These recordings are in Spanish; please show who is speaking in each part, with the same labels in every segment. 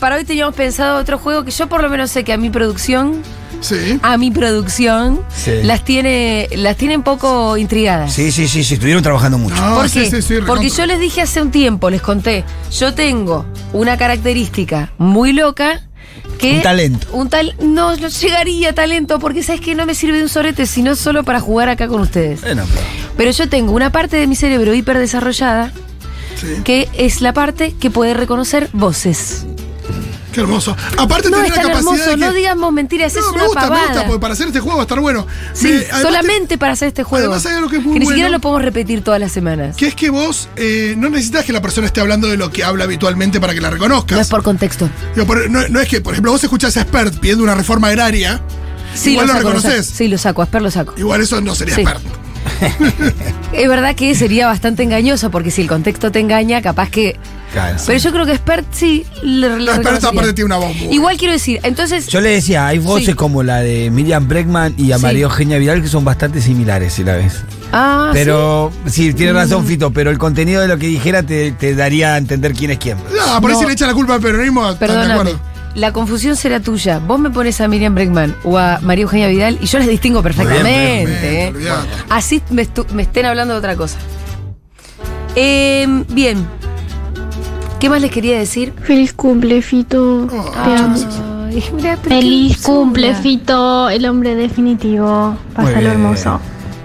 Speaker 1: para hoy teníamos pensado otro juego que yo por lo menos sé que a mi producción,
Speaker 2: Sí.
Speaker 1: a mi producción,
Speaker 3: Sí.
Speaker 1: las tiene, las tiene un poco intrigadas.
Speaker 3: Sí, sí, sí, sí, estuvieron trabajando mucho.
Speaker 2: No,
Speaker 1: ¿Por
Speaker 2: sí,
Speaker 1: qué?
Speaker 2: sí, sí,
Speaker 1: Porque
Speaker 2: recontra.
Speaker 1: yo les dije hace un tiempo, les conté, yo tengo una característica muy loca que...
Speaker 3: Un talento.
Speaker 1: Un tal, no, no llegaría talento porque sabes que no me sirve de un sorete, sino solo para jugar acá con ustedes.
Speaker 3: Bueno, pero-
Speaker 1: Pero yo tengo una parte de mi cerebro hiperdesarrollada
Speaker 2: Sí.
Speaker 1: que es la parte que puede reconocer voces.
Speaker 2: Qué hermoso. Aparte
Speaker 1: No,
Speaker 2: tener
Speaker 1: es
Speaker 2: la
Speaker 1: tan
Speaker 2: capacidad de
Speaker 1: hermoso,
Speaker 2: que-
Speaker 1: no digamos mentiras,
Speaker 2: No,
Speaker 1: es
Speaker 2: me
Speaker 1: una
Speaker 2: gusta, me gusta,
Speaker 1: pavada.
Speaker 2: porque para hacer este juego va a estar bueno.
Speaker 1: Sí,
Speaker 2: Me- además
Speaker 1: Eh, solamente para hacer este juego.
Speaker 2: además hay algo que es muy
Speaker 1: ni siquiera
Speaker 2: bueno.
Speaker 1: lo podemos repetir todas las semanas.
Speaker 2: Que es que vos eh, no necesitas que la persona esté hablando de lo que habla habitualmente para que la
Speaker 1: No es
Speaker 2: reconozcas.
Speaker 1: por contexto.
Speaker 2: Digo, por- No, no es que, por ejemplo, vos escuchás a Spert pidiendo una reforma agraria.
Speaker 1: Sí,
Speaker 2: Igual lo
Speaker 1: saco, saco.
Speaker 2: reconoces.
Speaker 1: Sí, lo saco, Asper lo saco.
Speaker 2: Igual eso no sería
Speaker 1: Sí.
Speaker 2: Spert.
Speaker 1: Es verdad que sería bastante engañoso, porque si el contexto te engaña, capaz que.
Speaker 3: claro.
Speaker 1: Pero yo creo que Spert sí le, le
Speaker 2: No, Spert
Speaker 1: reconocería.
Speaker 2: aparte tiene una voz muy.
Speaker 1: Igual quiero decir, entonces.
Speaker 3: Yo le decía, hay voces
Speaker 1: Sí.
Speaker 3: como la de Miriam Breckman y a
Speaker 1: Sí.
Speaker 3: María Eugenia Vidal que son bastante similares si la ves.
Speaker 1: ah, Mm.
Speaker 3: pero sí, tiene razón Fito, pero el contenido de lo que dijera te, te daría a entender quién es quién.
Speaker 2: No, por ahí
Speaker 1: No.
Speaker 2: se le echa la culpa al peronismo.
Speaker 1: sí,
Speaker 2: están de
Speaker 1: perdóname.
Speaker 2: acuerdo.
Speaker 1: La confusión será tuya. Vos me pones a Miriam Bregman o a María Eugenia Vidal y yo las distingo perfectamente.
Speaker 2: Obviamente,
Speaker 1: ¿eh?
Speaker 2: olvidate.
Speaker 1: Así me, estu- me estén hablando de otra cosa. Em, bien. ¿Qué más les quería decir?
Speaker 4: Feliz cumple, Fito.
Speaker 2: Oh,
Speaker 5: Ah,
Speaker 4: Te
Speaker 2: muchas
Speaker 4: amo.
Speaker 2: gracias.
Speaker 1: Ay, mirá, pero qué
Speaker 4: Feliz
Speaker 1: dulzura.
Speaker 4: cumple, Fito, el hombre definitivo.
Speaker 3: Muy
Speaker 4: Pásalo
Speaker 3: bien.
Speaker 4: hermoso.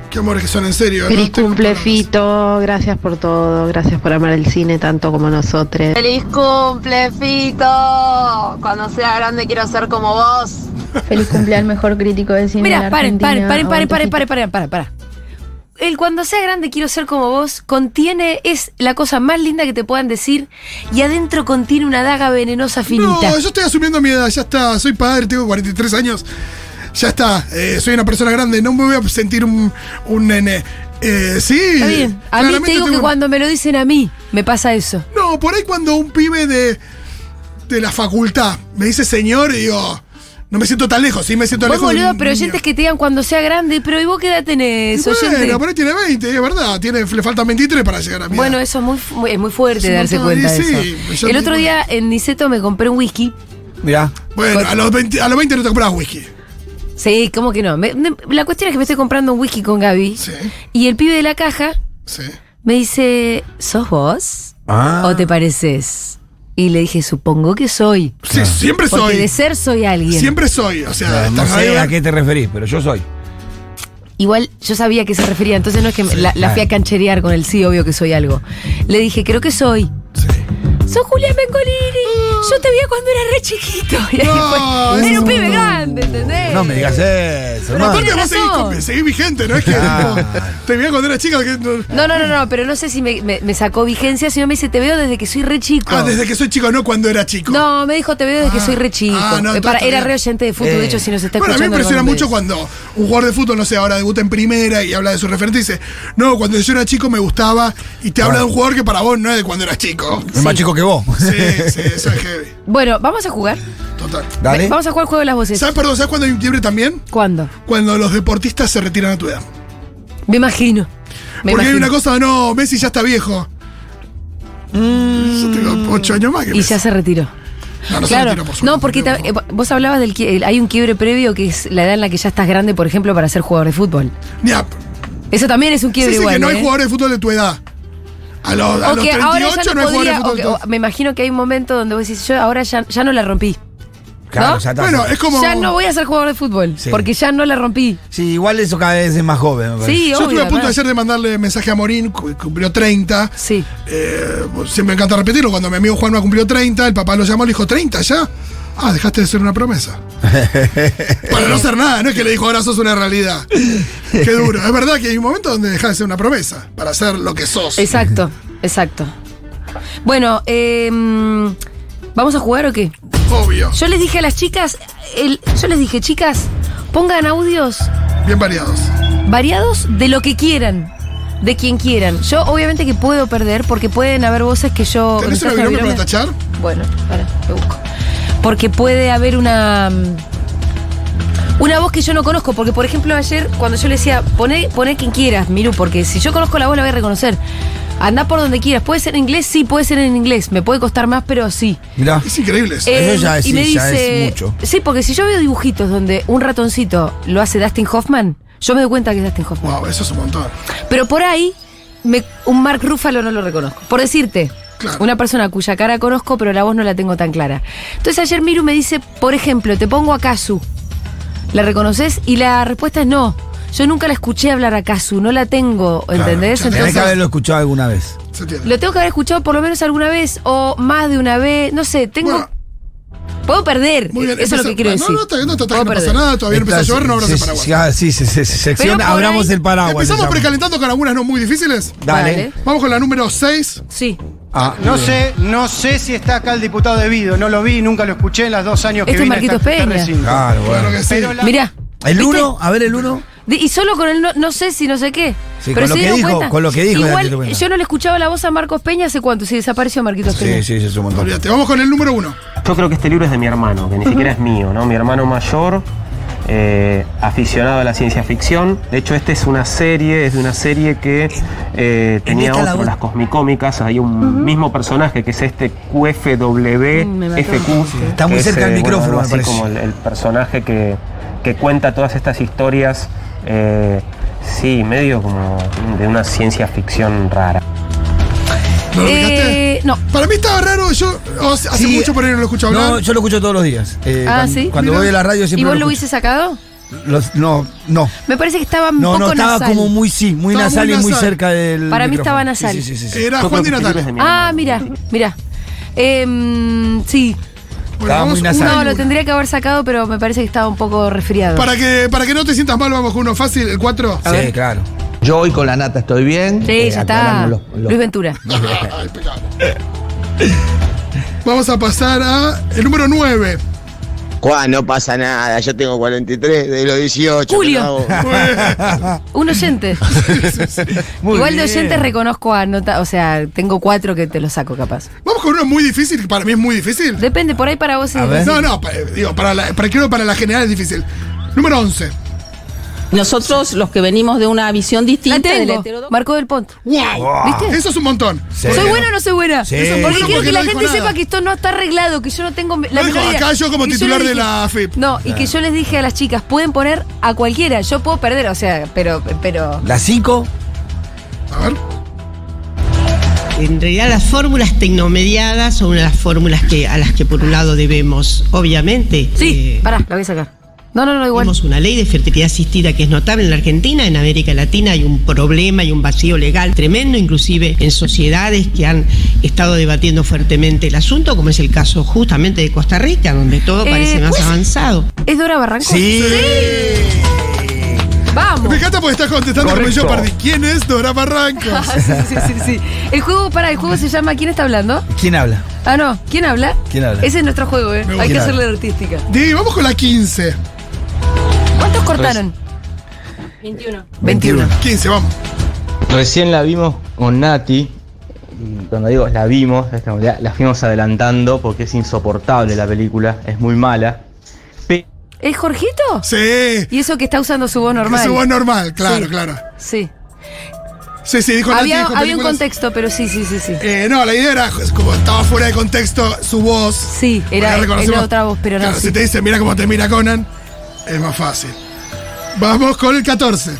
Speaker 2: Qué amores que son en serio.
Speaker 6: Feliz
Speaker 2: ¿no? Te-
Speaker 6: cumple, Fito. Gracias por todo. Gracias por amar el cine tanto como nosotros.
Speaker 7: Feliz cumple, Fito. Cuando sea grande quiero ser como vos.
Speaker 8: Feliz cumple al mejor crítico de cine.
Speaker 1: Mira,
Speaker 8: de la
Speaker 1: paren, paren,
Speaker 8: Argentina,
Speaker 1: paren, paren, paren,
Speaker 8: Aguante
Speaker 1: paren, paren, paren, paren. El cuando sea grande quiero ser como vos contiene, es la cosa más linda que te puedan decir y adentro contiene una daga venenosa
Speaker 2: No,
Speaker 1: finita.
Speaker 2: yo estoy asumiendo mi edad, ya está. Soy padre, tengo 43 años. Ya está, eh, soy una persona grande, no me voy a sentir un, un nene. Eh, sí.
Speaker 1: Está bien. A mí
Speaker 2: claramente
Speaker 1: te digo
Speaker 2: tengo-
Speaker 1: que cuando me lo dicen a mí, me pasa eso.
Speaker 2: No, por ahí cuando un pibe de, de la facultad me dice señor, y digo, no me siento tan lejos, sí me siento
Speaker 1: Vos,
Speaker 2: lejos. de
Speaker 1: boludo,
Speaker 2: un
Speaker 1: pero
Speaker 2: niño.
Speaker 1: oyentes que te digan cuando sea grande, pero ¿y vos qué edad
Speaker 2: Y
Speaker 1: tenés, oyente?
Speaker 2: Bueno, por ahí tiene 20, es verdad, tiene, le faltan 23 para llegar a mi
Speaker 1: Bueno,
Speaker 2: edad.
Speaker 1: eso es muy, fu- es muy fuerte
Speaker 2: Es un
Speaker 1: darse
Speaker 2: montón,
Speaker 1: cuenta
Speaker 2: y
Speaker 1: de
Speaker 2: sí,
Speaker 1: eso.
Speaker 2: yo
Speaker 1: El
Speaker 2: no
Speaker 1: otro
Speaker 2: tengo-
Speaker 1: día en Niceto me compré un whisky.
Speaker 3: Mirá.
Speaker 2: Bueno, a los 20, a los 20 no te compras whisky.
Speaker 1: Sí, ¿cómo que no? Me- me- la cuestión es que me estoy comprando un whisky con Gaby
Speaker 2: Sí,
Speaker 1: y el pibe de la caja
Speaker 2: sí.
Speaker 1: Me dice, ¿sos vos?
Speaker 3: Ah.
Speaker 1: ¿O te pareces? Y le dije, supongo que soy.
Speaker 2: Sí, siempre
Speaker 1: Porque
Speaker 2: soy.
Speaker 1: de ser soy alguien.
Speaker 2: Siempre soy, o sea,
Speaker 3: No
Speaker 2: estás
Speaker 3: sé a
Speaker 2: ahí-
Speaker 3: qué te referís, pero yo soy.
Speaker 1: Igual yo sabía a qué se refería, entonces no es que me- la, la fui a
Speaker 3: claro.
Speaker 1: cancherear con el sí, obvio que soy algo. Le dije, creo que soy.
Speaker 2: Sí. Ah.
Speaker 1: Soy Julián Bencolini. Yo te veía cuando era re chiquito. Y ahí
Speaker 2: No,
Speaker 1: fue.
Speaker 2: Oh, es
Speaker 1: Era un
Speaker 2: un
Speaker 1: pibe
Speaker 2: montón.
Speaker 1: grande, ¿entendés?
Speaker 3: No me digas eso,
Speaker 1: Pero
Speaker 3: hermano.
Speaker 1: tiene
Speaker 2: Aparte vos seguís,
Speaker 1: razón.
Speaker 2: con- seguís vigente, ¿no? Es que
Speaker 3: Ah.
Speaker 2: tipo, te veía cuando era chica. que no-
Speaker 1: No, no, no, no, pero no sé si me, me- me sacó vigencia, sino me dice, te veo desde que soy re chico.
Speaker 2: Ah, desde que soy chico, no cuando era chico.
Speaker 1: No, me dijo, te veo desde que
Speaker 2: Ah.
Speaker 1: soy re chico.
Speaker 2: Ah, no,
Speaker 1: Eh,
Speaker 2: entonces
Speaker 1: para-
Speaker 2: está
Speaker 1: era
Speaker 2: bien.
Speaker 1: re oyente de fútbol, de
Speaker 3: Eh.
Speaker 1: hecho, si nos está
Speaker 2: Bueno, a mí me
Speaker 1: escuchando.
Speaker 2: impresiona
Speaker 1: hermano,
Speaker 2: mucho
Speaker 1: beso.
Speaker 2: cuando un jugador de fútbol, no sé, ahora debuta en primera y habla de su referente y dice, no, cuando yo era chico me gustaba y te habla de un jugador que para vos no es de cuando eras chico.
Speaker 3: Es más chico que vos.
Speaker 2: Sí, sí, eso es heavy.
Speaker 1: Bueno, vamos a jugar.
Speaker 2: Total.
Speaker 3: Dale.
Speaker 1: Vamos a jugar el juego de las voces.
Speaker 2: ¿Sabes, perdón, ¿sabes cuándo hay un quiebre también?
Speaker 1: ¿Cuándo?
Speaker 2: Cuando los deportistas se retiran a tu edad.
Speaker 1: Me imagino. Me
Speaker 2: Porque hay
Speaker 1: imagino.
Speaker 2: una cosa, no, Messi ya está viejo. Yo tengo ocho años más que
Speaker 1: Mm. Y
Speaker 2: Messi.
Speaker 1: ya se retiró.
Speaker 2: No, no se
Speaker 1: claro.
Speaker 2: retiró, por supuesto,
Speaker 1: no, porque
Speaker 2: pero-
Speaker 1: ta- eh, vos hablabas del. qui- el- hay un quiebre previo que es la edad en la que ya estás grande, por ejemplo, para ser jugador de fútbol.
Speaker 2: Ya,
Speaker 1: Eso también es un
Speaker 2: Sí,
Speaker 1: quiebre
Speaker 2: sí,
Speaker 1: igual.
Speaker 2: que no
Speaker 1: ¿eh?
Speaker 2: hay jugadores de fútbol de tu edad. A los, a
Speaker 1: O
Speaker 2: los
Speaker 1: que
Speaker 2: 38
Speaker 1: ahora ya
Speaker 2: no, hay jugadores de
Speaker 1: podría-
Speaker 2: fútbol. de
Speaker 1: o que-
Speaker 2: tu edad.
Speaker 1: o- me imagino que hay un momento donde vos decís, yo ahora ya, ya no la rompí.
Speaker 3: Claro,
Speaker 1: ¿No?
Speaker 3: ya está.
Speaker 2: Bueno, es como.
Speaker 1: Ya no voy a ser jugador de fútbol,
Speaker 3: Sí.
Speaker 1: porque ya no la rompí.
Speaker 3: Sí, igual eso cada vez es más joven. me parece.
Speaker 1: Sí,
Speaker 2: Yo
Speaker 1: obvio,
Speaker 2: estuve a punto
Speaker 1: ¿verdad?
Speaker 2: ayer de mandarle mensaje a Morín, cu- cumplió 30.
Speaker 1: Sí.
Speaker 2: Eh, siempre me encanta repetirlo. Cuando mi amigo Juanma cumplió 30, el papá lo llamó y le dijo: ¿30 ya? Ah, dejaste de ser una promesa. Para no ser nada, no es que le dijo ahora sos una realidad. Qué duro. Es verdad que hay un momento donde dejas de ser una promesa para ser lo que sos.
Speaker 1: Exacto, exacto. Bueno, eh, ¿vamos a jugar o qué?
Speaker 2: Obvio.
Speaker 1: Yo les dije a las chicas, el- yo les dije, chicas, pongan audios
Speaker 2: Bien variados.
Speaker 1: variados de lo que quieran, de quien quieran. Yo obviamente que puedo perder porque pueden haber voces que yo...
Speaker 2: ¿Tenés una
Speaker 1: mensajes,
Speaker 2: virome para
Speaker 1: virome-
Speaker 2: tachar?
Speaker 1: Bueno, para, lo busco. Porque puede haber una... mm, Una voz que yo no conozco, porque por ejemplo ayer cuando yo le decía, poné, poné quien quieras, Miru, porque si yo conozco la voz la voy a reconocer. Anda por donde quieras. Puede ser en inglés, sí, puede ser en inglés. Me puede costar más, pero sí.
Speaker 3: Mirá.
Speaker 2: Es increíble eso.
Speaker 1: Eh,
Speaker 3: ya es-
Speaker 1: y me
Speaker 3: sí, ya es
Speaker 1: dice-
Speaker 3: mucho.
Speaker 1: Sí, porque si yo veo dibujitos donde un ratoncito lo hace Dustin Hoffman, yo me doy cuenta que es Dustin Hoffman.
Speaker 2: Wow, eso es un montón.
Speaker 1: Pero por ahí, me- un Mark Ruffalo no lo reconozco. Por decirte,
Speaker 2: Claro.
Speaker 1: una persona cuya cara conozco, pero la voz no la tengo tan clara. Entonces ayer Miru me dice, por ejemplo, te pongo a Kazu. ¿La reconoces? Y la respuesta es no. Yo nunca la escuché hablar a Kazu, no la tengo, ¿entendés?
Speaker 2: ya
Speaker 3: Tenés que
Speaker 1: Entonces,
Speaker 3: haberlo escuchado alguna vez.
Speaker 2: Se entiende.
Speaker 1: lo tengo que haber escuchado por lo menos alguna vez o más de una vez, no sé, tengo...
Speaker 2: Bueno,
Speaker 1: Puedo perder,
Speaker 2: muy bien.
Speaker 1: eso es lo
Speaker 2: empezá-
Speaker 1: que quiero
Speaker 2: no,
Speaker 1: decir.
Speaker 2: No, no, está- no, está-
Speaker 1: Puedo
Speaker 2: no pasa
Speaker 1: perder.
Speaker 2: nada, todavía no empezó a
Speaker 3: Entonces,
Speaker 2: llover, no abras el
Speaker 3: se-
Speaker 2: paraguas.
Speaker 3: ah, Sí, sí, sí, sí, sección,
Speaker 1: Pero por
Speaker 3: abramos
Speaker 1: ahí-
Speaker 3: el paraguas.
Speaker 2: Empezamos
Speaker 3: se llama.
Speaker 2: precalentando con algunas no muy difíciles.
Speaker 3: Dale.
Speaker 2: Vamos con la número 6.
Speaker 1: Sí.
Speaker 3: Ah,
Speaker 9: No sé, no sé si está acá el diputado de Vido, no lo vi, nunca lo escuché en las dos años
Speaker 1: Este
Speaker 9: que
Speaker 1: es
Speaker 9: vine a esta-
Speaker 1: Marquitos
Speaker 9: esta
Speaker 1: Peña.
Speaker 9: recinto.
Speaker 3: claro, bueno.
Speaker 2: Claro que sí.
Speaker 9: Pero la-
Speaker 1: Mirá.
Speaker 3: ¿El
Speaker 1: ¿Viste?
Speaker 3: 1? A ver, el 1.
Speaker 1: De- y solo con el no, no sé si no sé qué.
Speaker 3: Sí, con lo
Speaker 1: se
Speaker 3: que
Speaker 1: dieron
Speaker 3: dijo, con lo que dijo, ya te diste
Speaker 1: Igual
Speaker 3: cuenta.
Speaker 1: yo no le escuchaba la voz a Marcos Peña hace cuánto, si desapareció Marquitos Peña.
Speaker 3: Sí, sí, sí, es un montón.
Speaker 2: Olvídate, vamos con el número 1.
Speaker 10: Yo creo que este libro es de mi hermano, que ni siquiera es mío, ¿no? Mi hermano mayor, eh, aficionado a la ciencia ficción. De hecho, este es una serie, es de una serie que eh, tenía
Speaker 3: esta la
Speaker 10: otro,
Speaker 3: voz-
Speaker 10: las cosmicómicas. Hay un mismo personaje que es este
Speaker 1: Mm, me mató.
Speaker 10: QFWFQ.
Speaker 3: Está muy
Speaker 10: que es,
Speaker 3: cerca
Speaker 10: eh,
Speaker 3: del
Speaker 10: bueno,
Speaker 3: micrófono,
Speaker 10: algo
Speaker 3: me
Speaker 10: así
Speaker 3: parece.
Speaker 10: como el, el personaje que, que cuenta todas estas historias. eh, sí, medio como de una ciencia ficción rara.
Speaker 2: ¿No lo ubicaste?
Speaker 1: Eh, no.
Speaker 2: Para mí estaba raro, yo o sea, hace
Speaker 3: Sí,
Speaker 2: mucho por ahí no lo escucho hablar.
Speaker 3: No, yo lo escucho todos los días. Eh,
Speaker 1: Ah,
Speaker 3: cuando,
Speaker 1: ¿sí?
Speaker 3: Cuando
Speaker 2: Mirá.
Speaker 3: voy a la radio siempre.
Speaker 1: ¿Y vos
Speaker 3: lo
Speaker 1: lo
Speaker 3: escucho.
Speaker 1: hubiese sacado?
Speaker 3: Los- no, no.
Speaker 1: Me parece que estaba un
Speaker 3: No,
Speaker 1: poco
Speaker 3: no, estaba
Speaker 1: nasal.
Speaker 3: como muy, sí, muy
Speaker 2: Estaba
Speaker 3: nasal
Speaker 2: muy
Speaker 3: y muy
Speaker 2: nasal.
Speaker 3: cerca del.
Speaker 1: Para mí estaba
Speaker 3: micrófono. Sí,
Speaker 1: nasal.
Speaker 3: sí, sí, sí.
Speaker 2: Era
Speaker 10: Yo
Speaker 2: Juan
Speaker 10: creo
Speaker 2: Di
Speaker 10: que este libro es
Speaker 2: Natale.
Speaker 10: de mi
Speaker 1: Ah,
Speaker 10: hermano.
Speaker 1: mira, mira. Em, sí.
Speaker 2: Bueno,
Speaker 3: Estaba
Speaker 2: vamos
Speaker 3: muy
Speaker 2: una
Speaker 3: nasal.
Speaker 2: y
Speaker 1: No,
Speaker 2: una.
Speaker 1: lo tendría que haber sacado, pero me parece que estaba un poco resfriado.
Speaker 2: Para que, para que no te sientas mal, vamos con uno fácil, el 4.
Speaker 3: Sí, claro.
Speaker 11: Yo hoy con la nata estoy bien.
Speaker 1: sí,
Speaker 11: Eh,
Speaker 1: ya está.
Speaker 11: aclaramos los- los-
Speaker 1: Luis Ventura.
Speaker 2: Vamos a pasar a el número 9.
Speaker 11: Juan, no pasa nada. Yo tengo 43 de los 18.
Speaker 1: Julio.
Speaker 11: pero hago-
Speaker 1: Un oyente.
Speaker 3: Muy
Speaker 1: Igual de
Speaker 3: bien.
Speaker 1: oyentes reconozco a nota, o sea, tengo cuatro que te lo saco capaz.
Speaker 2: Vamos con uno muy difícil, que para mí es muy difícil.
Speaker 1: Depende, por ahí para vos.
Speaker 3: A
Speaker 1: es-
Speaker 3: ver.
Speaker 2: No, no, pa- eh, digo, para la, para, creo que para la general es difícil. Número 11.
Speaker 7: Nosotros, los que venimos de una visión
Speaker 1: La
Speaker 7: distinta del
Speaker 1: tengo.
Speaker 7: heterodoxo.
Speaker 1: Marco del Ponto.
Speaker 2: ¡Wow!
Speaker 1: ¿Viste?
Speaker 2: Eso es un montón.
Speaker 3: Sí.
Speaker 1: ¿Soy buena o no soy buena?
Speaker 3: Sí.
Speaker 1: Porque
Speaker 3: Bueno,
Speaker 1: quiero
Speaker 2: porque
Speaker 1: que la
Speaker 2: no dijo
Speaker 1: gente
Speaker 2: nada.
Speaker 1: sepa que esto no está arreglado, que yo no tengo la
Speaker 2: No dijo,
Speaker 1: menor idea.
Speaker 2: acá yo como
Speaker 1: Y
Speaker 2: titular
Speaker 1: les
Speaker 2: de la AFIP.
Speaker 1: No, y que yo les dije a las chicas, pueden poner a cualquiera, yo puedo perder, o sea, pero pero
Speaker 3: La 5.
Speaker 2: A ver.
Speaker 11: En realidad las fórmulas tecnomediadas son las fórmulas que, a las que por un lado debemos, obviamente.
Speaker 1: Sí,
Speaker 11: eh,
Speaker 1: pará, la voy a sacar. No, no, no, igual.
Speaker 11: Tenemos una ley de fertilidad asistida que es notable en la Argentina, en América Latina hay un problema y un vacío legal tremendo, inclusive en sociedades que han estado debatiendo fuertemente el asunto, como es el caso justamente de Costa Rica, donde todo
Speaker 1: Eh,
Speaker 11: parece más
Speaker 1: pues-
Speaker 11: avanzado.
Speaker 1: ¿Es Dora Barranco?
Speaker 3: Sí.
Speaker 1: Vamos.
Speaker 2: Me encanta porque estás contestando como yo perdí. ¿Quién es Dora Barrancos?
Speaker 1: Ah, sí, sí, sí, sí. El juego, pará, el juego se llama ¿Quién está hablando?
Speaker 3: ¿Quién habla?
Speaker 1: Ah, no, ¿quién habla?
Speaker 3: ¿Quién habla?
Speaker 1: Ese es nuestro juego, ¿eh? Hay
Speaker 3: ¿Quién
Speaker 1: que
Speaker 3: habla?
Speaker 1: hacerle artística.
Speaker 2: Di, vamos con la 15.
Speaker 1: ¿Cuántos cortaron?
Speaker 7: 21.
Speaker 1: 21.
Speaker 2: 15, vamos.
Speaker 10: Recién la vimos con Nati. y Cuando digo la vimos, es como ya la fuimos adelantando porque es insoportable la película, es muy mala. Pe-
Speaker 1: ¿Es Jorgito?
Speaker 2: Sí.
Speaker 1: Y eso que está usando su voz normal.
Speaker 2: Normal. Su voz normal, claro,
Speaker 1: Sí.
Speaker 2: claro.
Speaker 1: Sí.
Speaker 2: Sí, sí, dijo Nati,
Speaker 1: Había,
Speaker 2: dijo
Speaker 1: había un
Speaker 2: películas.
Speaker 1: contexto, pero sí, sí, sí, sí.
Speaker 2: Eh, no, la idea era, pues, como estaba fuera de contexto, su voz.
Speaker 1: Sí, era-
Speaker 2: Porque reconocemos-
Speaker 1: era otra voz, pero no,
Speaker 2: Claro,
Speaker 1: sí.
Speaker 2: si te dicen, mira cómo te mira Conan, es más fácil. Vamos con el 14.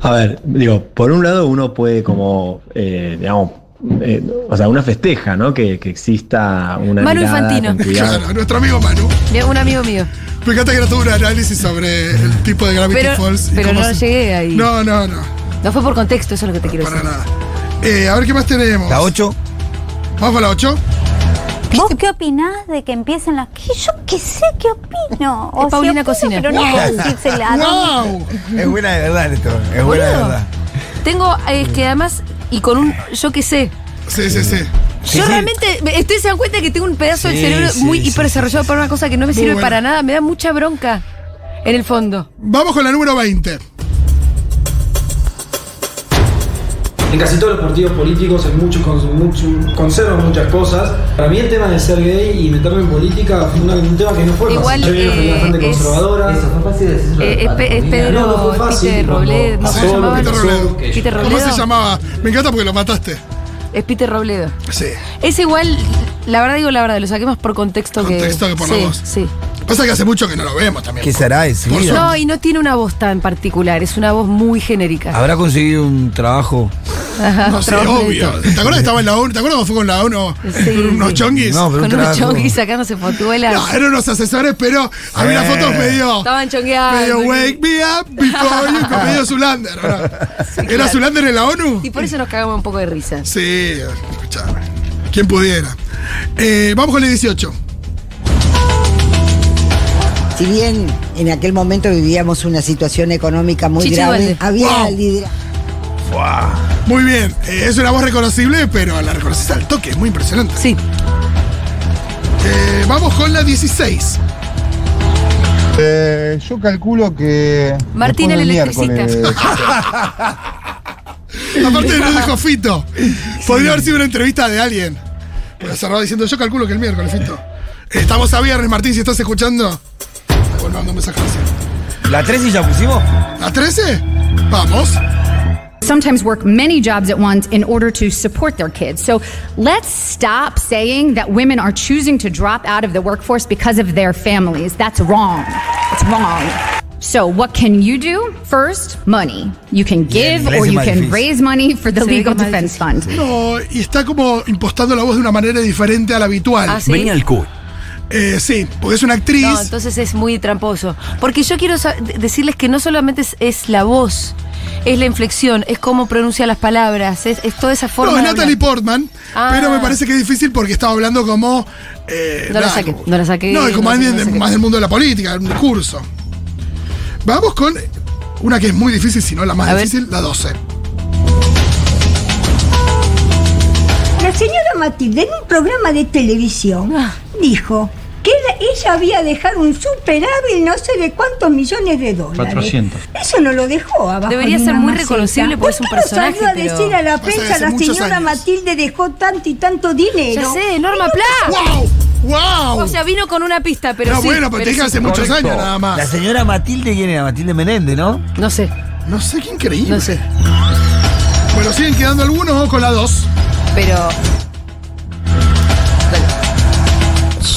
Speaker 10: A ver, digo, por un lado uno puede como, eh, digamos, eh, o sea, una festeja, ¿no? Que, que exista una...
Speaker 1: Manu
Speaker 10: mirada
Speaker 1: Infantino.
Speaker 10: con cuidado.
Speaker 2: Claro, nuestro amigo Manu.
Speaker 1: Mira, Un amigo mío.
Speaker 2: Me encanta que no tuvo un análisis sobre el tipo de Gravity
Speaker 1: Pero,
Speaker 2: Falls. y
Speaker 1: pero
Speaker 2: cómo
Speaker 1: no
Speaker 2: se-
Speaker 1: llegué ahí. No.
Speaker 2: No, no, no.
Speaker 1: fue por contexto, eso es lo que te quiero
Speaker 2: Para
Speaker 1: decir.
Speaker 2: nada. Eh, a ver qué más tenemos.
Speaker 3: La 8.
Speaker 2: Vamos con la 8.
Speaker 5: ¿Vos qué opinás de que empiecen las.? que Yo qué sé qué opino.
Speaker 1: Es Paulina Cocina.
Speaker 5: Oh, Pero no puedo decírsela. ¿no?
Speaker 2: ¡Wow!
Speaker 3: Es buena de verdad esto. Es buena de
Speaker 1: Boludo.
Speaker 3: verdad.
Speaker 1: Tengo, eh, que además, y con un, yo qué sé.
Speaker 2: Sí, sí, sí.
Speaker 3: Sí,
Speaker 1: yo
Speaker 3: sí.
Speaker 1: realmente, me- ustedes se dan cuenta que tengo un pedazo del
Speaker 3: Sí,
Speaker 1: cerebro
Speaker 3: sí,
Speaker 1: muy
Speaker 3: sí,
Speaker 1: hiper desarrollado para una cosa que no me
Speaker 2: Muy
Speaker 1: sirve
Speaker 2: bueno.
Speaker 1: para nada. Me da mucha bronca en el fondo.
Speaker 2: Vamos con la número 20.
Speaker 12: En casi todos los partidos políticos hay muchos cons- mucho- conservan muchas cosas. Para mí el tema de ser gay y meterme en política fue una- un tema que no fue fácil.
Speaker 1: Igual,
Speaker 12: Yo vine de una
Speaker 1: eh,
Speaker 12: familia bastante
Speaker 1: es-
Speaker 12: conservadora.
Speaker 1: Eso,
Speaker 12: fue fácil decirlo.
Speaker 1: Eh, es, Pe- es Pedro
Speaker 12: No, no fue fácil,
Speaker 1: Peter
Speaker 12: no.
Speaker 1: Robledo. ¿Cómo se
Speaker 12: Solo
Speaker 1: llamaba?
Speaker 12: Peter Robledo.
Speaker 1: Peter
Speaker 2: ¿Cómo
Speaker 1: Robledo.
Speaker 2: se llamaba? Me encanta porque lo mataste.
Speaker 1: Es Peter Robledo.
Speaker 2: Sí.
Speaker 1: Es igual, la verdad digo la verdad, lo saqué más por contexto,
Speaker 2: Contexto que por la
Speaker 1: sí,
Speaker 2: voz.
Speaker 1: Sí.
Speaker 2: Pasa que hace mucho que no lo vemos también.
Speaker 3: ¿Qué será ese?
Speaker 2: Por
Speaker 1: No, y no tiene una voz tan particular, es una voz muy genérica.
Speaker 3: ¿Habrá conseguido un trabajo?
Speaker 1: Ajá,
Speaker 2: No sé,
Speaker 1: otra voz
Speaker 2: obvio.
Speaker 1: de-
Speaker 2: ¿Te acuerdas que estaba en la ONU? ¿Te acuerdas cuando fue con la ONU?
Speaker 1: Sí,
Speaker 2: unos
Speaker 1: sí.
Speaker 2: chonguis.
Speaker 3: No, pero
Speaker 1: Con
Speaker 3: un
Speaker 1: unos
Speaker 3: trabajo.
Speaker 1: chonguis sacándose fotuelas.
Speaker 2: No, eran unos asesores, pero había unas fotos medio.
Speaker 1: Estaban chongueando.
Speaker 2: Medio wake me up before you, con medio Zulander. ¿no?
Speaker 1: Sí,
Speaker 2: ¿Era
Speaker 1: claro.
Speaker 2: Zulander en la ONU?
Speaker 1: Y por eso nos cagamos un poco de risa.
Speaker 2: Sí, escuchame. Quien pudiera. Eh, vamos con el 18.
Speaker 13: Si bien en aquel momento vivíamos una situación económica muy
Speaker 1: Chichi
Speaker 13: grave,
Speaker 1: Dualde.
Speaker 13: había
Speaker 2: Wow.
Speaker 13: lidera-
Speaker 2: Muy bien. Eh, es una voz reconocible, pero la reconoces al toque. Es muy impresionante.
Speaker 1: Sí.
Speaker 2: Eh, vamos con la 16.
Speaker 14: Eh, yo calculo que.
Speaker 1: Martín el electricista.
Speaker 2: Aparte nos dijo Fito. Podría haber sido una entrevista de alguien. Pero cerrado diciendo, yo calculo que el miércoles, Fito. Eh, Estamos a viernes, Martín, si estás escuchando. Ay, bueno, mando un mensaje así.
Speaker 3: ¿La 13 ya pusimos?
Speaker 2: ¿A 13? Vamos.
Speaker 15: sometimes work many jobs at once in order to support their kids. So let's stop saying that women are choosing to drop out of the workforce because of their families. That's wrong. It's wrong. So what can you do? First, money. You can give
Speaker 2: Bien,
Speaker 15: or you
Speaker 2: más
Speaker 15: can
Speaker 2: difícil.
Speaker 15: raise money for the
Speaker 2: Se ve
Speaker 15: legal
Speaker 2: que más
Speaker 15: defense fund.
Speaker 2: No, y está como impostando la voz de una manera diferente a la habitual.
Speaker 1: Ah, ¿sí? Venía al
Speaker 2: Q. Eh, sí, porque es una actriz.
Speaker 1: No, entonces es muy tramposo. Porque yo quiero sa- de- decirles que no solamente es, es la voz, es la inflexión, es cómo pronuncia las palabras, es, es toda esa forma.
Speaker 2: no, es
Speaker 1: de
Speaker 2: Natalie
Speaker 1: hablar.
Speaker 2: Portman,
Speaker 1: Ah.
Speaker 2: pero me parece que es difícil porque estaba hablando como. eh,
Speaker 1: No la
Speaker 2: nada,
Speaker 1: saqué,
Speaker 2: como-
Speaker 1: no la saqué.
Speaker 2: No, es como
Speaker 1: la saqué,
Speaker 2: alguien
Speaker 1: no
Speaker 2: de-
Speaker 1: la saqué.
Speaker 2: más del mundo de la política, un discurso. Vamos con una que es muy difícil, si no la más
Speaker 1: A ver.
Speaker 2: difícil, la 12.
Speaker 16: La señora Matilde en un programa de televisión dijo que ella- ella había dejado un superávit no sé de cuántos millones de dólares.
Speaker 17: 400.
Speaker 16: Eso no lo dejó abajo.
Speaker 1: Debería
Speaker 16: de
Speaker 1: ser
Speaker 16: una
Speaker 1: muy
Speaker 16: maceta.
Speaker 1: reconocible porque
Speaker 16: ¿Por
Speaker 1: es un
Speaker 16: qué no
Speaker 1: personaje,
Speaker 16: salió a
Speaker 1: pero-
Speaker 16: decir a la
Speaker 1: Pasa de
Speaker 16: prensa
Speaker 1: hace
Speaker 16: la
Speaker 1: muchos
Speaker 16: señora
Speaker 1: años".
Speaker 16: Matilde dejó tanto y tanto dinero?
Speaker 1: Ya sé, Norma Pla.
Speaker 2: ¡Wow! ¡Wow!
Speaker 1: O sea, vino con una pista, pero
Speaker 2: No,
Speaker 1: sí.
Speaker 2: bueno, pero te dije
Speaker 1: sí.
Speaker 2: hace muchos años nada más.
Speaker 3: La señora Matilde, ¿quién era? Matilde Menéndez, ¿no?
Speaker 1: No sé.
Speaker 2: No sé qué increíble.
Speaker 1: No sé.
Speaker 2: Bueno, siguen quedando algunos, vamos con la 2.
Speaker 1: Pero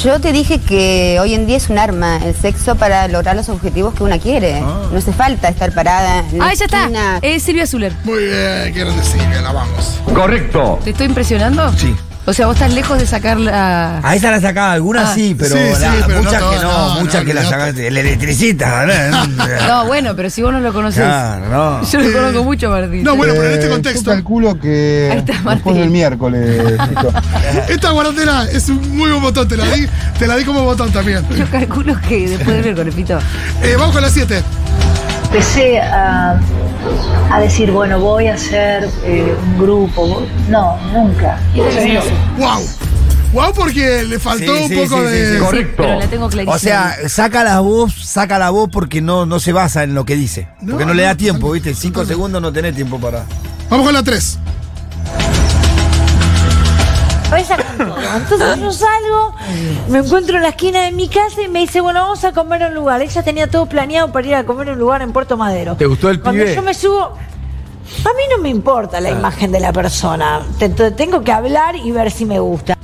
Speaker 18: Yo te dije que hoy en día es un arma el sexo para lograr los objetivos que una quiere.
Speaker 17: Ah.
Speaker 18: No hace falta estar parada. En
Speaker 1: Ah, ya está. Es Silvia Zuller.
Speaker 2: Muy bien, quiero decir, la vamos.
Speaker 3: Correcto.
Speaker 1: ¿Te estoy impresionando?
Speaker 3: Sí. Ah.
Speaker 1: O sea, vos estás lejos de sacar la.
Speaker 3: A esa la sacaba, algunas
Speaker 1: Ah.
Speaker 3: sí, pero,
Speaker 2: Sí, sí,
Speaker 3: la-
Speaker 2: pero no
Speaker 3: muchas que
Speaker 2: todas,
Speaker 3: no,
Speaker 2: no,
Speaker 3: muchas
Speaker 2: no,
Speaker 3: que la
Speaker 2: olvidate.
Speaker 3: sacaste. El electricista, ¿verdad?
Speaker 1: No, bueno, pero si vos no lo conocés.
Speaker 3: Claro, no.
Speaker 1: pues, Yo lo conozco mucho,
Speaker 2: este
Speaker 1: Martín.
Speaker 14: Eh, Yo calculo que.
Speaker 1: Ahí está,
Speaker 14: después del miércoles, Fito.
Speaker 2: Esta guardatela es un muy buen botón, te la di, te la di como botón también.
Speaker 1: Yo calculo que después de ver con el pito.
Speaker 2: Eh, vamos con la 7.
Speaker 19: empecé a, a decir, bueno, voy a hacer eh, un grupo. voy- No, nunca.
Speaker 2: ¡Wow! ¡Wow! Porque le faltó
Speaker 3: Sí,
Speaker 2: un
Speaker 3: sí,
Speaker 2: poco
Speaker 3: sí, sí,
Speaker 2: de.
Speaker 3: sí. Correcto.
Speaker 1: pero la tengo clarísima.
Speaker 3: O sea, saca la voz, saca la voz porque no, no se basa en lo que dice. porque no, le da tiempo, ¿viste? Cinco segundos no tenés tiempo para.
Speaker 2: Vamos con la 3.
Speaker 20: cabeza con todo. Entonces yo salgo, me encuentro en la esquina de mi casa y me dice, bueno, vamos a comer a un lugar. Ella tenía todo planeado para ir a comer a un lugar en Puerto Madero.
Speaker 21: ¿Te gustó el
Speaker 20: Cuando
Speaker 21: pibe?
Speaker 20: yo me subo, a mí no me importa la imagen de la persona. Te- te- tengo que hablar y ver si me gusta.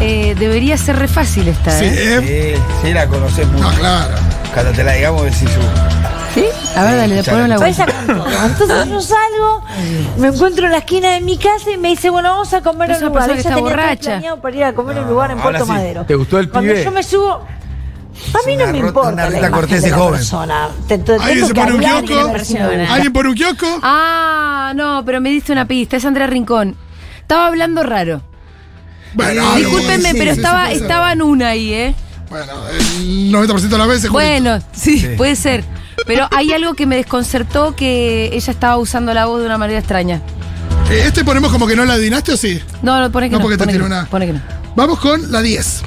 Speaker 1: Eh, debería ser re fácil esta, ¿eh?
Speaker 3: Sí, sí, la conocés
Speaker 21: Ah,
Speaker 3: mucho.
Speaker 2: Ah, claro.
Speaker 3: Cuando te la digamos, decís uh,
Speaker 1: ¿Sí? A ver, dale,
Speaker 3: Sí,
Speaker 1: ponemos la
Speaker 20: Pues
Speaker 1: vuelta.
Speaker 20: ella con todo. Entonces yo salgo, me encuentro en la esquina de mi casa y me dice, bueno, vamos a comer a
Speaker 1: Es
Speaker 20: un
Speaker 1: una
Speaker 20: lugar.
Speaker 1: persona
Speaker 20: Ella
Speaker 1: que está
Speaker 20: tenía
Speaker 1: borracha.
Speaker 20: todo planeado para ir a comer a un lugar en
Speaker 3: ahora
Speaker 20: Puerto
Speaker 3: sí.
Speaker 20: Madero.
Speaker 21: ¿Te gustó el
Speaker 20: Cuando
Speaker 21: pibe?
Speaker 20: yo me subo, a mí no me
Speaker 3: rota- una
Speaker 20: importa
Speaker 3: Rita
Speaker 20: la imagen
Speaker 3: Cortés
Speaker 20: de
Speaker 3: es
Speaker 20: la
Speaker 3: joven.
Speaker 20: persona. Te- te-
Speaker 2: Alguien
Speaker 20: tengo
Speaker 2: se
Speaker 20: que
Speaker 2: pone un
Speaker 20: hablar y
Speaker 2: kiosco.
Speaker 20: ver si me gusta.
Speaker 2: Alguien pone un kiosco.
Speaker 1: Ah, no, pero me diste una pista. Es Andrea Rincón. Estaba hablando raro.
Speaker 2: Bueno, algo
Speaker 1: eh, Discúlpenme,
Speaker 2: así,
Speaker 1: pero
Speaker 2: sí,
Speaker 1: estaba,
Speaker 2: sí, puede ser.
Speaker 1: estaba en una ahí, ¿eh?
Speaker 2: Bueno, el 90% de las veces. Julito.
Speaker 1: Bueno, sí,
Speaker 2: Sí.
Speaker 1: puede ser. Pero hay algo que me desconcertó que ella estaba usando la voz de una manera extraña.
Speaker 2: Eh, ¿Este ponemos como que no la adivinaste o sí?
Speaker 1: No, no, pone que
Speaker 2: No,
Speaker 1: no.
Speaker 2: porque te
Speaker 1: pone que
Speaker 2: tiró
Speaker 1: no,
Speaker 2: una-
Speaker 1: Pone que no.
Speaker 2: Vamos con la 10.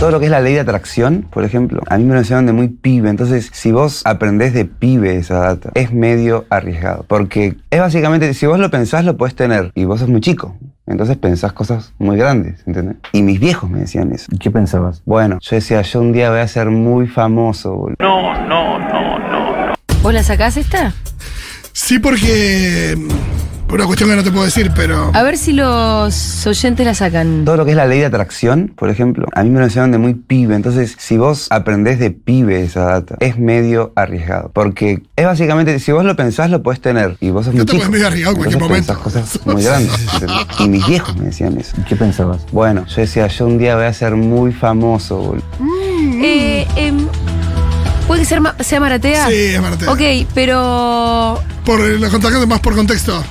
Speaker 17: Todo lo que es la ley de atracción, por ejemplo, a mí me lo enseñaron de muy pibe. Entonces, si vos aprendés de pibe esa data, es medio arriesgado. Porque es básicamente, si vos lo pensás, lo podés tener. Y vos sos muy chico. Entonces pensás cosas muy grandes, ¿entendés? Y mis viejos me decían eso. ¿Qué pensabas? Bueno, yo decía, yo un día voy a ser muy famoso, boludo.
Speaker 10: No, no, no, no.
Speaker 1: ¿Vos la sacás esta?
Speaker 2: Sí, porque. mm, Por una cuestión que no te puedo decir, pero.
Speaker 1: A ver si los oyentes la sacan.
Speaker 17: Todo lo que es la ley de atracción, por ejemplo, a mí me lo enseñaron de muy pibe. Entonces, si vos aprendés de pibe esa data, es medio arriesgado. Porque es básicamente, si vos lo pensás, lo podés tener. Y vos sos
Speaker 2: No
Speaker 17: muy
Speaker 2: te
Speaker 17: chico.
Speaker 2: podés medio arriesgar en cualquier
Speaker 17: Entonces
Speaker 2: momento.
Speaker 17: pensás cosas muy grandes. ¿entendés? Y mis viejos me decían eso. ¿Qué pensabas? Bueno, yo decía, yo un día voy a ser muy famoso, boludo.
Speaker 2: Mm.
Speaker 1: Eh, em, ¿Puede que sea, ma- sea Maratea?
Speaker 2: Sí, es Maratea.
Speaker 1: Ok, pero
Speaker 2: Por los contactos más por contexto.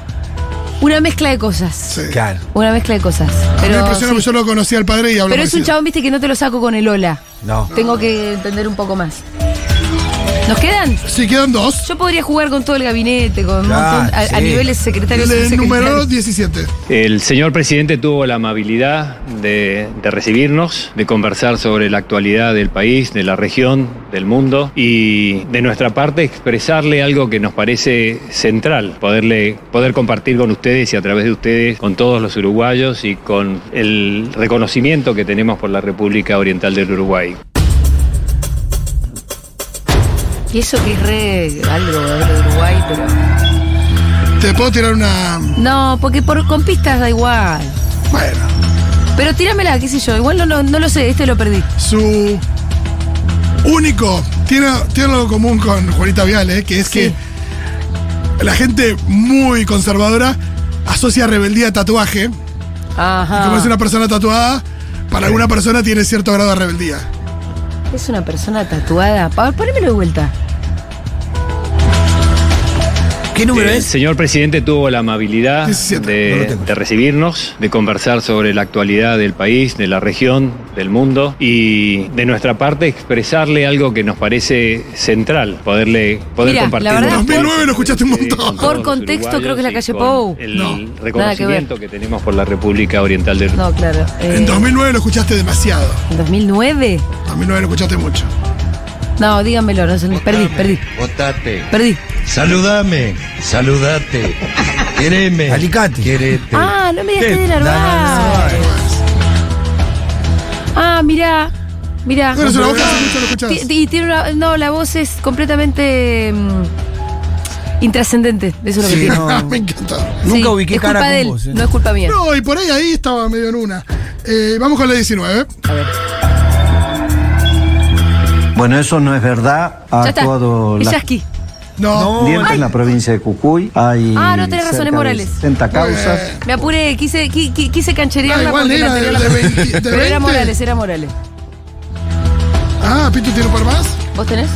Speaker 1: una mezcla de cosas.
Speaker 3: Claro.
Speaker 1: Una mezcla de cosas.
Speaker 2: a mí me
Speaker 1: Pero,
Speaker 2: impresiona
Speaker 1: sí.
Speaker 2: que yo lo conocía al padre y hablaba
Speaker 1: Pero es un chabón, viste, que no te lo saco con el hola.
Speaker 3: No.
Speaker 1: Tengo que entender un poco más. ¿Nos quedan?
Speaker 2: Sí, quedan dos.
Speaker 1: Yo podría jugar con todo el gabinete, con un
Speaker 2: Ah,
Speaker 1: montón- a, a
Speaker 2: sí.
Speaker 1: niveles secretarios y
Speaker 2: El número
Speaker 1: subsecretarios.
Speaker 2: 17.
Speaker 21: El señor presidente tuvo la amabilidad de, de recibirnos, de conversar sobre la actualidad del país, de la región, del mundo y de nuestra parte expresarle algo que nos parece central, poderle, poder compartir con ustedes y a través de ustedes, con todos los uruguayos y con el reconocimiento que tenemos por la República Oriental del Uruguay.
Speaker 1: Y eso que es re algo de Uruguay, pero.
Speaker 2: Te puedo tirar una.
Speaker 1: No, porque por, con pistas da igual.
Speaker 2: Bueno.
Speaker 1: Pero tíramela, qué sé yo. Igual no, no, no lo sé, este lo perdí.
Speaker 2: Su único. Tiene, tiene algo en común con Juanita Viale, que es que la gente muy conservadora asocia rebeldía a tatuaje.
Speaker 1: Ajá.
Speaker 2: Y como es una persona tatuada, para alguna persona tiene cierto grado de rebeldía.
Speaker 1: Es una persona tatuada. Pa- Ponémelo de vuelta.
Speaker 3: ¿Qué
Speaker 21: número el señor presidente tuvo la amabilidad
Speaker 2: no
Speaker 21: de,
Speaker 2: lo tengo.
Speaker 21: de recibirnos, de conversar sobre la actualidad del país, de la región, del mundo y de nuestra parte expresarle algo que nos parece central, poderle poder
Speaker 1: Mira,
Speaker 21: compartir.
Speaker 1: la verdad,
Speaker 21: con
Speaker 1: por-
Speaker 2: 2009 lo escuchaste un montón.
Speaker 1: Por contexto, creo que es la calle Pou.
Speaker 21: El
Speaker 1: nada que ver.
Speaker 21: reconocimiento que, tenemos por la República Oriental del
Speaker 1: No, claro. eh,
Speaker 2: En 2009 lo escuchaste demasiado.
Speaker 1: ¿en 2009?
Speaker 2: En 2009 lo escuchaste mucho.
Speaker 1: No, díganmelo. No, sé, perdí, perdí.
Speaker 22: Votate.
Speaker 1: Perdí.
Speaker 22: Saludame. Saludate. Quereme.
Speaker 3: Alicate.
Speaker 22: Querete.
Speaker 1: Ah, no me digas que es de
Speaker 22: No, no,
Speaker 1: Narváez. Ah, mirá. Mirá.
Speaker 2: Bueno, es una voz que hace mucho no escuchás.
Speaker 1: Ah, Ti- ti- Y tiene una. No, la voz es completamente. mm, intrascendente. Eso es lo que tiene.
Speaker 2: Me encanta.
Speaker 1: Sí, es culpa de él,
Speaker 2: eh.
Speaker 1: No es culpa mía.
Speaker 2: No, y por ahí ahí estaba medio en una. Eh, vamos con la 19.
Speaker 1: A ver.
Speaker 23: Bueno, eso no es verdad.
Speaker 2: Ah,
Speaker 23: Ha
Speaker 1: Ya está.
Speaker 23: actuado la
Speaker 1: Pillaski.
Speaker 2: No.
Speaker 23: dientes en la provincia de Cucuy. Hay
Speaker 1: Ah, no, tenés razón,
Speaker 23: cerca
Speaker 1: es
Speaker 23: de
Speaker 1: Morales.
Speaker 23: 70 causas.
Speaker 1: Me apuré, quise, qui- qui- quise cancherearla
Speaker 2: No, Ah, igual
Speaker 1: Pues, porque
Speaker 2: era
Speaker 1: la tenía
Speaker 2: de-
Speaker 1: la
Speaker 2: de 20, de
Speaker 1: Pero
Speaker 2: 20.
Speaker 1: era Morales, era Morales.
Speaker 2: Ah, Pitu tiene por más.
Speaker 1: ¿Vos tenés?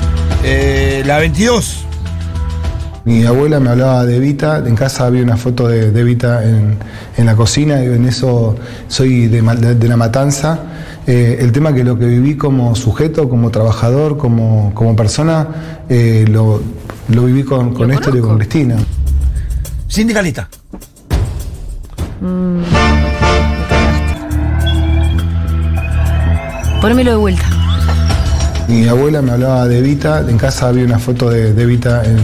Speaker 3: Eh, la 22.
Speaker 24: Mi abuela me hablaba de Evita, en casa había una foto de, de Evita en, en la cocina, y en eso soy de, Ma- de- de la matanza. Eh, el tema que lo que viví como sujeto, como trabajador, como, como persona, eh, lo, lo viví con, con Néstor y con Cristina.
Speaker 3: Sindicalista.
Speaker 1: Ponémelo de vuelta.
Speaker 24: Mi abuela me hablaba de Evita, en casa había una foto de, de Evita en,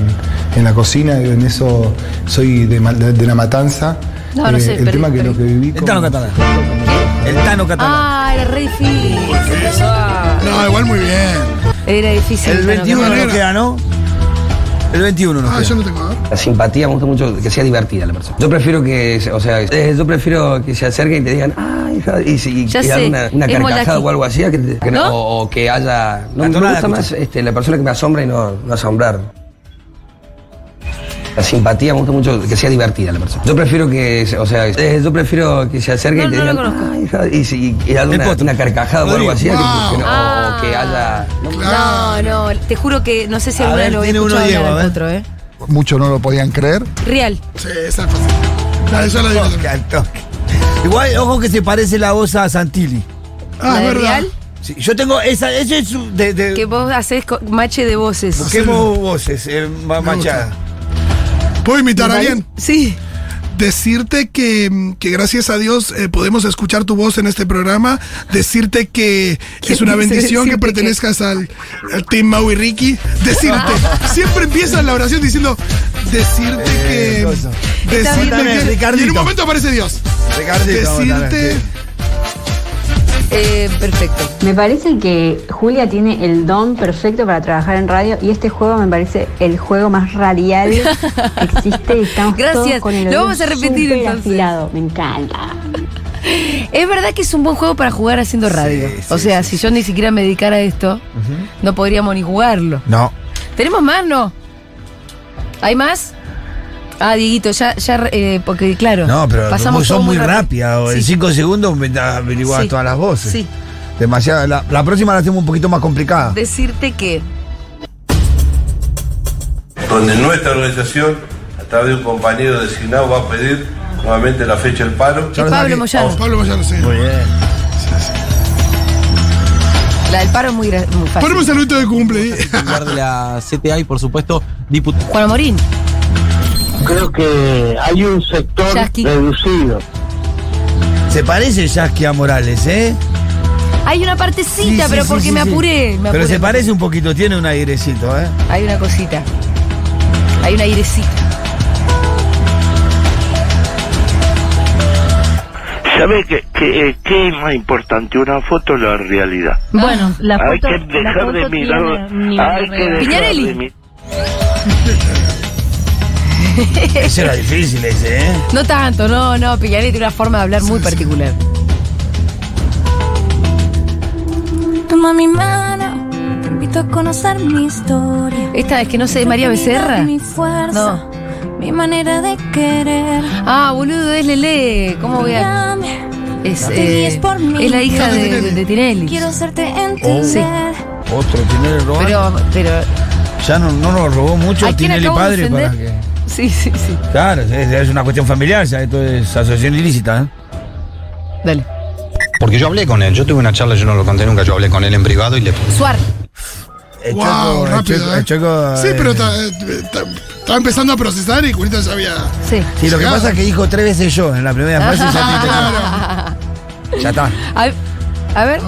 Speaker 24: en la cocina, y en eso soy de, Ma- de- de la matanza.
Speaker 1: No,
Speaker 2: Eh,
Speaker 1: no sé,
Speaker 24: el
Speaker 1: perdí,
Speaker 24: tema que lo que viví
Speaker 3: El Tano
Speaker 24: como,
Speaker 3: Catalán. El Tano Catalán.
Speaker 1: Ah, era re difícil. Ah,
Speaker 2: No, igual muy bien.
Speaker 1: Era difícil.
Speaker 3: El
Speaker 1: no, no,
Speaker 3: 21
Speaker 1: no, no.
Speaker 3: nos queda, ¿no? El 21 nos
Speaker 2: Ah,
Speaker 3: queda.
Speaker 2: yo no tengo. a ver.
Speaker 25: La simpatía me gusta mucho que sea divertida la persona. Yo prefiero que, o sea, eh, yo prefiero que se acerquen y te digan, ay, hija", y, si- y
Speaker 1: Ya
Speaker 25: que hagan
Speaker 1: sé,
Speaker 25: una, una
Speaker 1: es
Speaker 25: carcajada
Speaker 1: Moldaki.
Speaker 25: o algo así, que te- que no-
Speaker 1: ¿No?
Speaker 25: o, o que haya. No,
Speaker 3: La
Speaker 25: me
Speaker 3: tonada,
Speaker 25: gusta más
Speaker 3: escucha.
Speaker 25: este, la persona que me asombra y no, no asombrar. La simpatía me gusta mucho que sea divertida la persona. Yo prefiero que, o sea, eh, yo prefiero que se
Speaker 1: No,
Speaker 25: acerquen y te
Speaker 1: no lo
Speaker 25: digan,
Speaker 1: conozco.
Speaker 25: ay, hija", y, si- y hagan
Speaker 3: El
Speaker 25: una,
Speaker 3: potro.
Speaker 25: una carcajada o algo
Speaker 3: Rodrigo.
Speaker 25: así, que- que
Speaker 3: Wow.
Speaker 25: no- o, o que haya.
Speaker 1: Ah. No, no, te juro que no sé si
Speaker 24: A
Speaker 1: alguna
Speaker 24: ver,
Speaker 1: vez lo voy a
Speaker 24: tiene uno
Speaker 1: escuchar
Speaker 24: Diego,
Speaker 1: hablar
Speaker 24: a
Speaker 1: al
Speaker 24: ver.
Speaker 1: otro, ¿eh?
Speaker 24: Muchos no lo podían creer.
Speaker 1: Real.
Speaker 2: Sí, esa es fácil. Dale, yo la digo. Ah,
Speaker 3: Toque, al toque. Igual, ojo que se parece la voz a Santilli.
Speaker 2: Ah,
Speaker 1: ¿La
Speaker 2: es
Speaker 1: de
Speaker 2: verdad.
Speaker 1: Real?
Speaker 3: Sí, yo tengo esa, ese es su- de, de
Speaker 1: Que vos haces co- mache de voces.
Speaker 3: busquemos voces eh, ma-
Speaker 2: Me gusta.
Speaker 3: machada.
Speaker 2: ¿Puedo imitar a alguien?
Speaker 1: Sí.
Speaker 2: Decirte que, que gracias a Dios eh, podemos escuchar tu voz en este programa. Decirte que es una
Speaker 4: dice
Speaker 2: bendición
Speaker 4: decirte
Speaker 2: que
Speaker 4: que-
Speaker 2: pertenezcas al, al Team Mau y Ricky. Decirte. Siempre empiezan la oración diciendo, decirte que...
Speaker 3: Está bien.
Speaker 2: Decirte
Speaker 3: También,
Speaker 2: que... Y en
Speaker 3: Eh, Ricardito.
Speaker 2: un momento aparece Dios.
Speaker 3: Ricardito,
Speaker 2: Decirte...
Speaker 1: Eh,
Speaker 6: perfecto. Me parece que Julia tiene el don perfecto para trabajar en radio y este juego me parece el juego más radial que existe. y Estamos
Speaker 1: Gracias.
Speaker 6: todos con el
Speaker 1: Lo
Speaker 6: oído
Speaker 1: vamos a repetir,
Speaker 6: súper
Speaker 1: entonces.
Speaker 6: afilado. Me encanta.
Speaker 1: Es verdad que es un buen juego para jugar haciendo radio. o sea, si yo ni siquiera me dedicara a esto, no podríamos ni jugarlo.
Speaker 3: No.
Speaker 1: ¿Tenemos más, no? ¿Hay más? Ah, Dieguito, ya, ya eh, porque claro,
Speaker 3: No, pero muy-
Speaker 1: todo
Speaker 3: son muy
Speaker 1: rápido.
Speaker 3: rápidas. o En cinco segundos me- averiguás
Speaker 1: Sí.
Speaker 3: todas las voces.
Speaker 1: Sí.
Speaker 3: Demasiada. La, la próxima la hacemos un poquito más complicada.
Speaker 1: Decirte que.
Speaker 8: donde nuestra organización, a través de un compañero designado, va a pedir nuevamente la fecha del paro.
Speaker 1: Es Pablo Moyano.
Speaker 2: Oh, Pablo Moyano, sí. Muy
Speaker 3: bien. Oh.
Speaker 1: La del paro es muy, gra- muy fácil.
Speaker 2: Ponemos el saludito de cumple. ¿eh?
Speaker 9: lugar de la CTA y por supuesto diputados.
Speaker 1: Juan Morín.
Speaker 9: Creo que hay un sector
Speaker 1: Yasky.
Speaker 9: reducido.
Speaker 3: Se parece Yasky a Morales, ¿eh?
Speaker 1: Hay una partecita,
Speaker 3: Sí,
Speaker 1: pero
Speaker 3: sí,
Speaker 1: porque
Speaker 3: sí,
Speaker 1: me
Speaker 3: sí.
Speaker 1: apuré. me
Speaker 3: Pero
Speaker 1: apuré.
Speaker 3: se parece un poquito, tiene un airecito, ¿eh?
Speaker 1: Hay una cosita. Hay un airecita.
Speaker 11: ¿Sabe qué que, eh, qué es más importante? ¿Una foto o la realidad?
Speaker 26: Ah.
Speaker 1: Bueno,
Speaker 11: la Hay foto- que la dejar de foto mirar- tiene un nivel hay de que realidad. dejar de
Speaker 1: Piñarelli.
Speaker 11: mi-
Speaker 3: Ese era difícil ese, ¿eh?
Speaker 1: No tanto, no, no. Piñarelli tiene una forma de hablar muy particular.
Speaker 26: Toma mi mano, te invito a conocer mi historia.
Speaker 1: Esta es que no sé, de María Becerra.
Speaker 26: Mi fuerza,
Speaker 1: No.
Speaker 26: mi manera de querer.
Speaker 1: Ah, boludo, es Lele. ¿Cómo voy a.?
Speaker 26: Dame,
Speaker 1: Es,
Speaker 26: no te
Speaker 1: eh,
Speaker 26: guíes por mí.
Speaker 1: es la hija de, de, de Tinelli.
Speaker 26: Quiero hacerte entender.
Speaker 3: Otro, tiene el robo.
Speaker 1: Pero, pero.
Speaker 3: Ya no, no nos robó mucho,
Speaker 1: ¿A quién
Speaker 3: tiene el
Speaker 1: acabo de
Speaker 3: padre para
Speaker 1: ofender?
Speaker 3: que.
Speaker 1: Sí, sí, sí.
Speaker 3: Claro, es, es una cuestión familiar, ya esto es asociación ilícita, ¿eh?
Speaker 1: Dale.
Speaker 27: Porque yo hablé con él, yo tuve una charla, yo no lo conté nunca, yo hablé con él en privado y le
Speaker 1: Suar.
Speaker 3: El
Speaker 2: Wow,
Speaker 3: Eh, Choco, el
Speaker 2: rápido,
Speaker 3: Choco-
Speaker 2: eh.
Speaker 3: el Choco,
Speaker 2: Sí,
Speaker 3: eh,
Speaker 2: pero está- está- estaba empezando a procesar y Julita ya había.
Speaker 1: Sí.
Speaker 3: Sí, lo que pasa es que dijo tres veces yo en la primera frase. ya, te- ya está.
Speaker 1: A, a ver.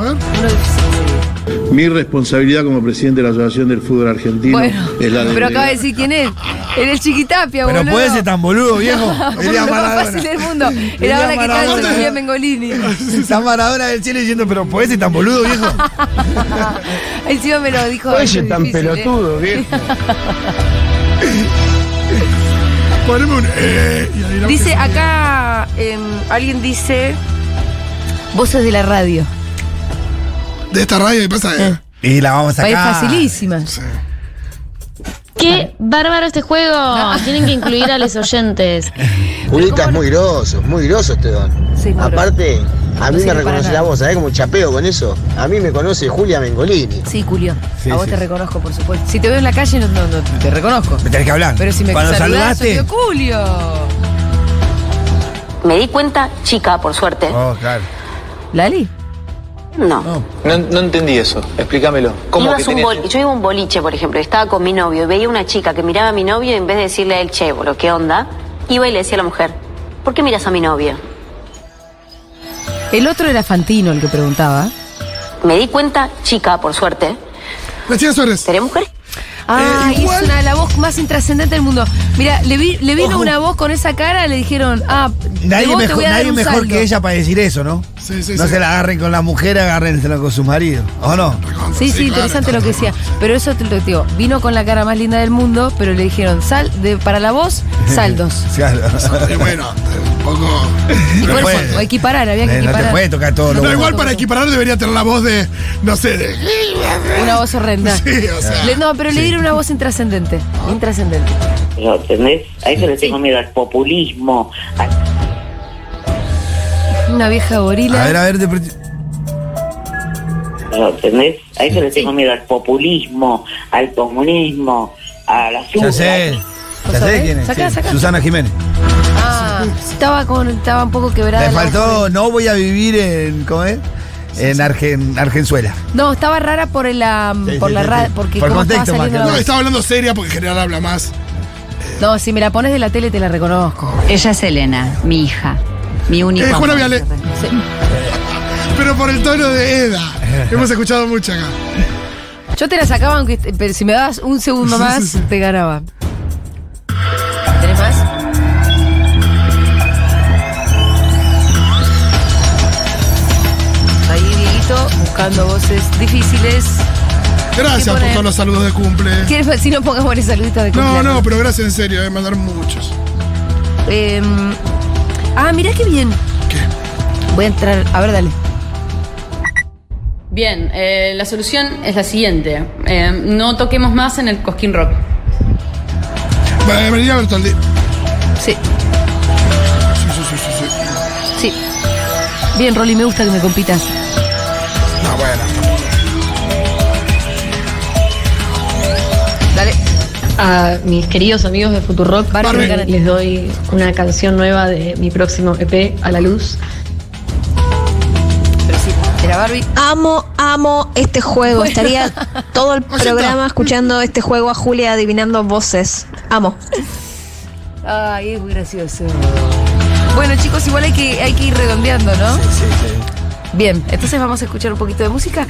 Speaker 26: Mi responsabilidad como presidente de la Asociación del Fútbol Argentino
Speaker 1: Bueno,
Speaker 26: es la de.
Speaker 1: pero acaba de decir quién es. Era el chiquitapia,
Speaker 26: Pero
Speaker 1: boludo.
Speaker 26: puede ser tan boludo, viejo.
Speaker 1: Boludo,
Speaker 26: Era
Speaker 1: lo más
Speaker 26: Maradona.
Speaker 1: fácil del mundo.
Speaker 26: Era
Speaker 1: Era ahora que
Speaker 26: Maradona.
Speaker 1: cansa Julia Mengolini.
Speaker 3: Está Maradona del cielo diciendo, pero ¿podés ser tan boludo, viejo?
Speaker 1: Encima me lo dijo.
Speaker 3: Oye,
Speaker 1: es
Speaker 3: tan
Speaker 1: difícil, ¿eh?
Speaker 3: pelotudo,
Speaker 2: Poneme un. eh, y ahí la-
Speaker 1: Dice acá, em, alguien dice, voces de la radio.
Speaker 2: De esta radio y pasa. eh.
Speaker 3: Y la vamos a
Speaker 1: Va a ir
Speaker 3: sacar.
Speaker 1: facilísima.
Speaker 27: Qué bárbaro este juego. Tienen que incluir a los oyentes.
Speaker 28: Julita es muy groso, es muy groso este don. Aparte, a
Speaker 1: No
Speaker 28: mí
Speaker 1: sirve
Speaker 28: me
Speaker 1: para
Speaker 28: reconoce
Speaker 1: nada.
Speaker 28: la voz, ¿sabés cómo chapeo con eso? A mí me conoce Julia Mengolini.
Speaker 1: Sí, Julio.
Speaker 28: Sí,
Speaker 1: a vos
Speaker 28: sí,
Speaker 1: te
Speaker 28: sí.
Speaker 1: reconozco, por supuesto. Si te veo en la calle, no, no- no te reconozco.
Speaker 3: Me tenés que hablar.
Speaker 1: Pero si me
Speaker 3: Cuando
Speaker 1: saludás,
Speaker 3: saludaste.
Speaker 1: soy yo, Julio.
Speaker 27: Me di cuenta, chica, por suerte.
Speaker 3: Oh, claro.
Speaker 1: ¿Lali?
Speaker 27: No.
Speaker 9: No, no entendí eso, explícamelo. ¿Cómo que
Speaker 27: Ibas un
Speaker 9: tenés-
Speaker 27: bol- yo iba a un boliche, por ejemplo, y estaba con mi novio y veía una chica que miraba a mi novio y en vez de decirle a él, che, boludo, ¿qué onda? Iba y le decía a la mujer, ¿por qué miras a mi novio?
Speaker 1: El otro era Fantino el que preguntaba.
Speaker 27: Me di cuenta, chica, por suerte.
Speaker 2: Gracias, Suárez.
Speaker 27: ¿Seré mujer?
Speaker 3: Eh,
Speaker 1: Ah, es una, la voz más intrascendente del mundo. Mira, le, vi- le vino
Speaker 3: Ojo.
Speaker 1: una voz con esa cara, le dijeron, ah, de
Speaker 3: Nadie
Speaker 1: vos te
Speaker 3: mejor,
Speaker 1: voy a dar
Speaker 3: nadie
Speaker 1: un
Speaker 3: mejor
Speaker 1: saldo.
Speaker 3: que ella para decir eso, ¿no? no
Speaker 1: sí.
Speaker 3: se la agarren con la mujer, agárrensela con sus maridos. ¿O no?
Speaker 1: Sí, sí, interesante lo que decía. Pero eso te lo digo, vino con la cara más linda del mundo, pero le dijeron, sal, de, para la voz, saldos.
Speaker 3: Claro.
Speaker 2: Y bueno, un poco.
Speaker 1: Y por eso, equiparar,
Speaker 3: Eh,
Speaker 1: había que equiparar.
Speaker 3: tocar todo
Speaker 2: No,
Speaker 1: lo
Speaker 2: igual
Speaker 1: bueno.
Speaker 2: para equiparar debería tener la voz de. No sé, de.
Speaker 1: Una voz horrenda.
Speaker 2: Sí, o sea,
Speaker 1: Le- no, pero le dieron una voz intrascendente. Intrascendente.
Speaker 29: ¿No entendés? A eso le tengo miedo, al populismo. a-
Speaker 1: Una vieja gorila.
Speaker 29: A ver, a
Speaker 3: ver,
Speaker 29: ¿No entendés? A eso le tengo miedo, al populismo, al comunismo, a la
Speaker 3: Ya sé. Ya sé quién es.
Speaker 1: Sacá,
Speaker 3: sí.
Speaker 1: sacá.
Speaker 3: Susana Jiménez.
Speaker 1: Ah, estaba, con, estaba un poco quebrada.
Speaker 3: Le
Speaker 1: la voz.
Speaker 3: faltó, no voy a vivir en. ¿Cómo es? En Argen, Argenzuela.
Speaker 1: No, estaba rara por la,
Speaker 3: Sí,
Speaker 1: por
Speaker 3: sí,
Speaker 1: la
Speaker 3: sí,
Speaker 1: ra-
Speaker 3: sí.
Speaker 1: porque
Speaker 3: Por
Speaker 1: como
Speaker 3: contexto,
Speaker 1: estaba
Speaker 3: más que
Speaker 1: saliendo la
Speaker 3: nada.
Speaker 1: voz.
Speaker 2: estaba hablando seria porque en general habla más. eh,
Speaker 1: No, si me la pones de la tele te la reconozco. Eh,
Speaker 4: Ella es Elena, mi hija, mi única.
Speaker 2: Eh, Juana
Speaker 4: amor.
Speaker 2: Viale. Pero por el tono de Eda. Hemos escuchado mucho acá.
Speaker 1: Yo te la sacaba, aunque pero si me dabas un segundo más, te ganaba. ¿Tenés más? Ahí, Dieguito, buscando voces difíciles.
Speaker 2: Gracias por
Speaker 1: poner?
Speaker 2: todos los saludos de cumple.
Speaker 1: ¿Quieres si no pongamos el saludito de
Speaker 2: No,
Speaker 1: cumpleaños?
Speaker 2: no, pero gracias en serio, eh, mandaron muchos.
Speaker 1: Eh, ah, mirá qué bien. Voy a entrar. A ver, dale.
Speaker 7: Bien, eh, la solución es la siguiente. Eh, no toquemos más en el Cosquín Rock.
Speaker 2: Eh, María Bertoldi.
Speaker 1: Sí.
Speaker 2: Sí, sí, sí, sí, sí.
Speaker 1: Sí. Bien, Rolly, me gusta que me compitas.
Speaker 2: No, bueno.
Speaker 1: Dale.
Speaker 5: A mis queridos amigos de Futurock,
Speaker 1: Barbie. Barbie.
Speaker 5: les doy una canción nueva de mi próximo EP, A la Luz.
Speaker 1: Pero sí, era Barbie.
Speaker 12: Amo, amo este juego.
Speaker 1: Bueno.
Speaker 12: Estaría todo el programa escuchando este juego a Julia adivinando voces. Amo.
Speaker 1: Ay, es muy gracioso. Bueno, chicos, igual hay que, hay que ir redondeando, ¿no? Bien, entonces vamos a escuchar un poquito de música.